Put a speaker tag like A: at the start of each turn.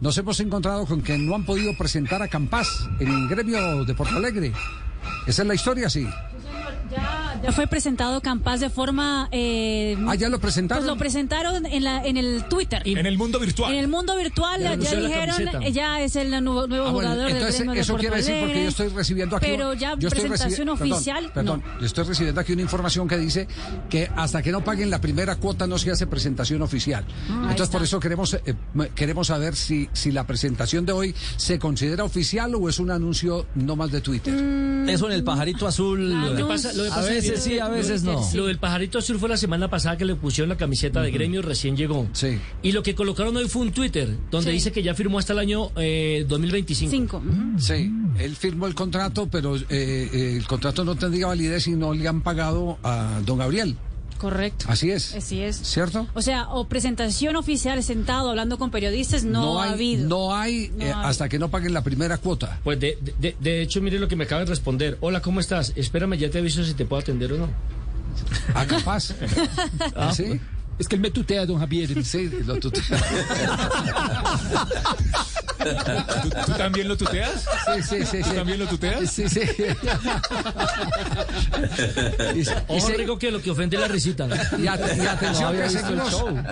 A: Nos hemos encontrado con que no han podido presentar a Campas en el gremio de Porto Alegre. Esa es la historia, sí.
B: Ya, ya fue presentado Campas de forma. Eh,
A: Ah, ya lo presentaron.
B: pues lo presentaron en, la, en el Twitter.
C: En el mundo virtual.
B: En el mundo virtual ya,
D: anunció la
B: dijeron,
D: camiseta.
B: eh, ya es el nuevo, nuevo
A: Ah, bueno,
B: jugador del
A: entonces
B: gremio de
A: eso
B: Porto
A: quiere decir porque
B: Alegre.
A: yo estoy recibiendo aquí
B: Pero ya
A: yo estoy
B: presentación
A: recibi- perdón,
B: oficial,
A: perdón, yo estoy recibiendo aquí una información que dice que hasta que no paguen la primera cuota no se hace presentación oficial. Entonces
B: Mm, está.
A: por eso queremos eh, m- queremos saber si si la presentación de hoy se considera oficial o es un anuncio no más de Twitter.
E: Eso en el pajarito azul.
B: Claro.
D: Lo que pasa- lo que
E: a
D: pasa es
E: veces
D: que-
E: sí, a veces no.
D: Lo del pajarito azul fue la semana pasada que le pusieron la camiseta de gremio, recién llegó.
A: Sí.
D: Y lo que colocaron hoy fue un Twitter, donde
B: Sí.
D: dice que ya firmó hasta el año eh, 2025.
B: Cinco. ujú.
A: Sí, él firmó el contrato, pero eh, eh, el contrato no tendría validez si no le han pagado a don Gabriel.
B: Correcto.
A: Así es.
B: Así es.
A: ¿Cierto?
B: O sea, o presentación oficial sentado hablando con periodistas, no,
A: hay,
B: ha habido.
A: No hay
B: No
A: eh,
B: ha
A: hasta que no paguen la primera cuota.
D: Pues de, de- de hecho, mire lo que me acaban de responder. Hola, ¿cómo estás? Espérame, ya te aviso si te puedo atender o no.
A: ¿A capaz? Ah, ¿Sí?
C: Ah, Es que él me tutea, don Javier.
A: Sí, lo tute-
C: ¿Tú, tú también lo tuteas?
A: sí, sí, sí, sí.
C: ¿Tú también lo tuteas?
A: Sí, sí. Y se- y
D: Ojo,
A: se-
D: Rico, que lo que ofende es la risita.
A: y ate- y atención que seguimos-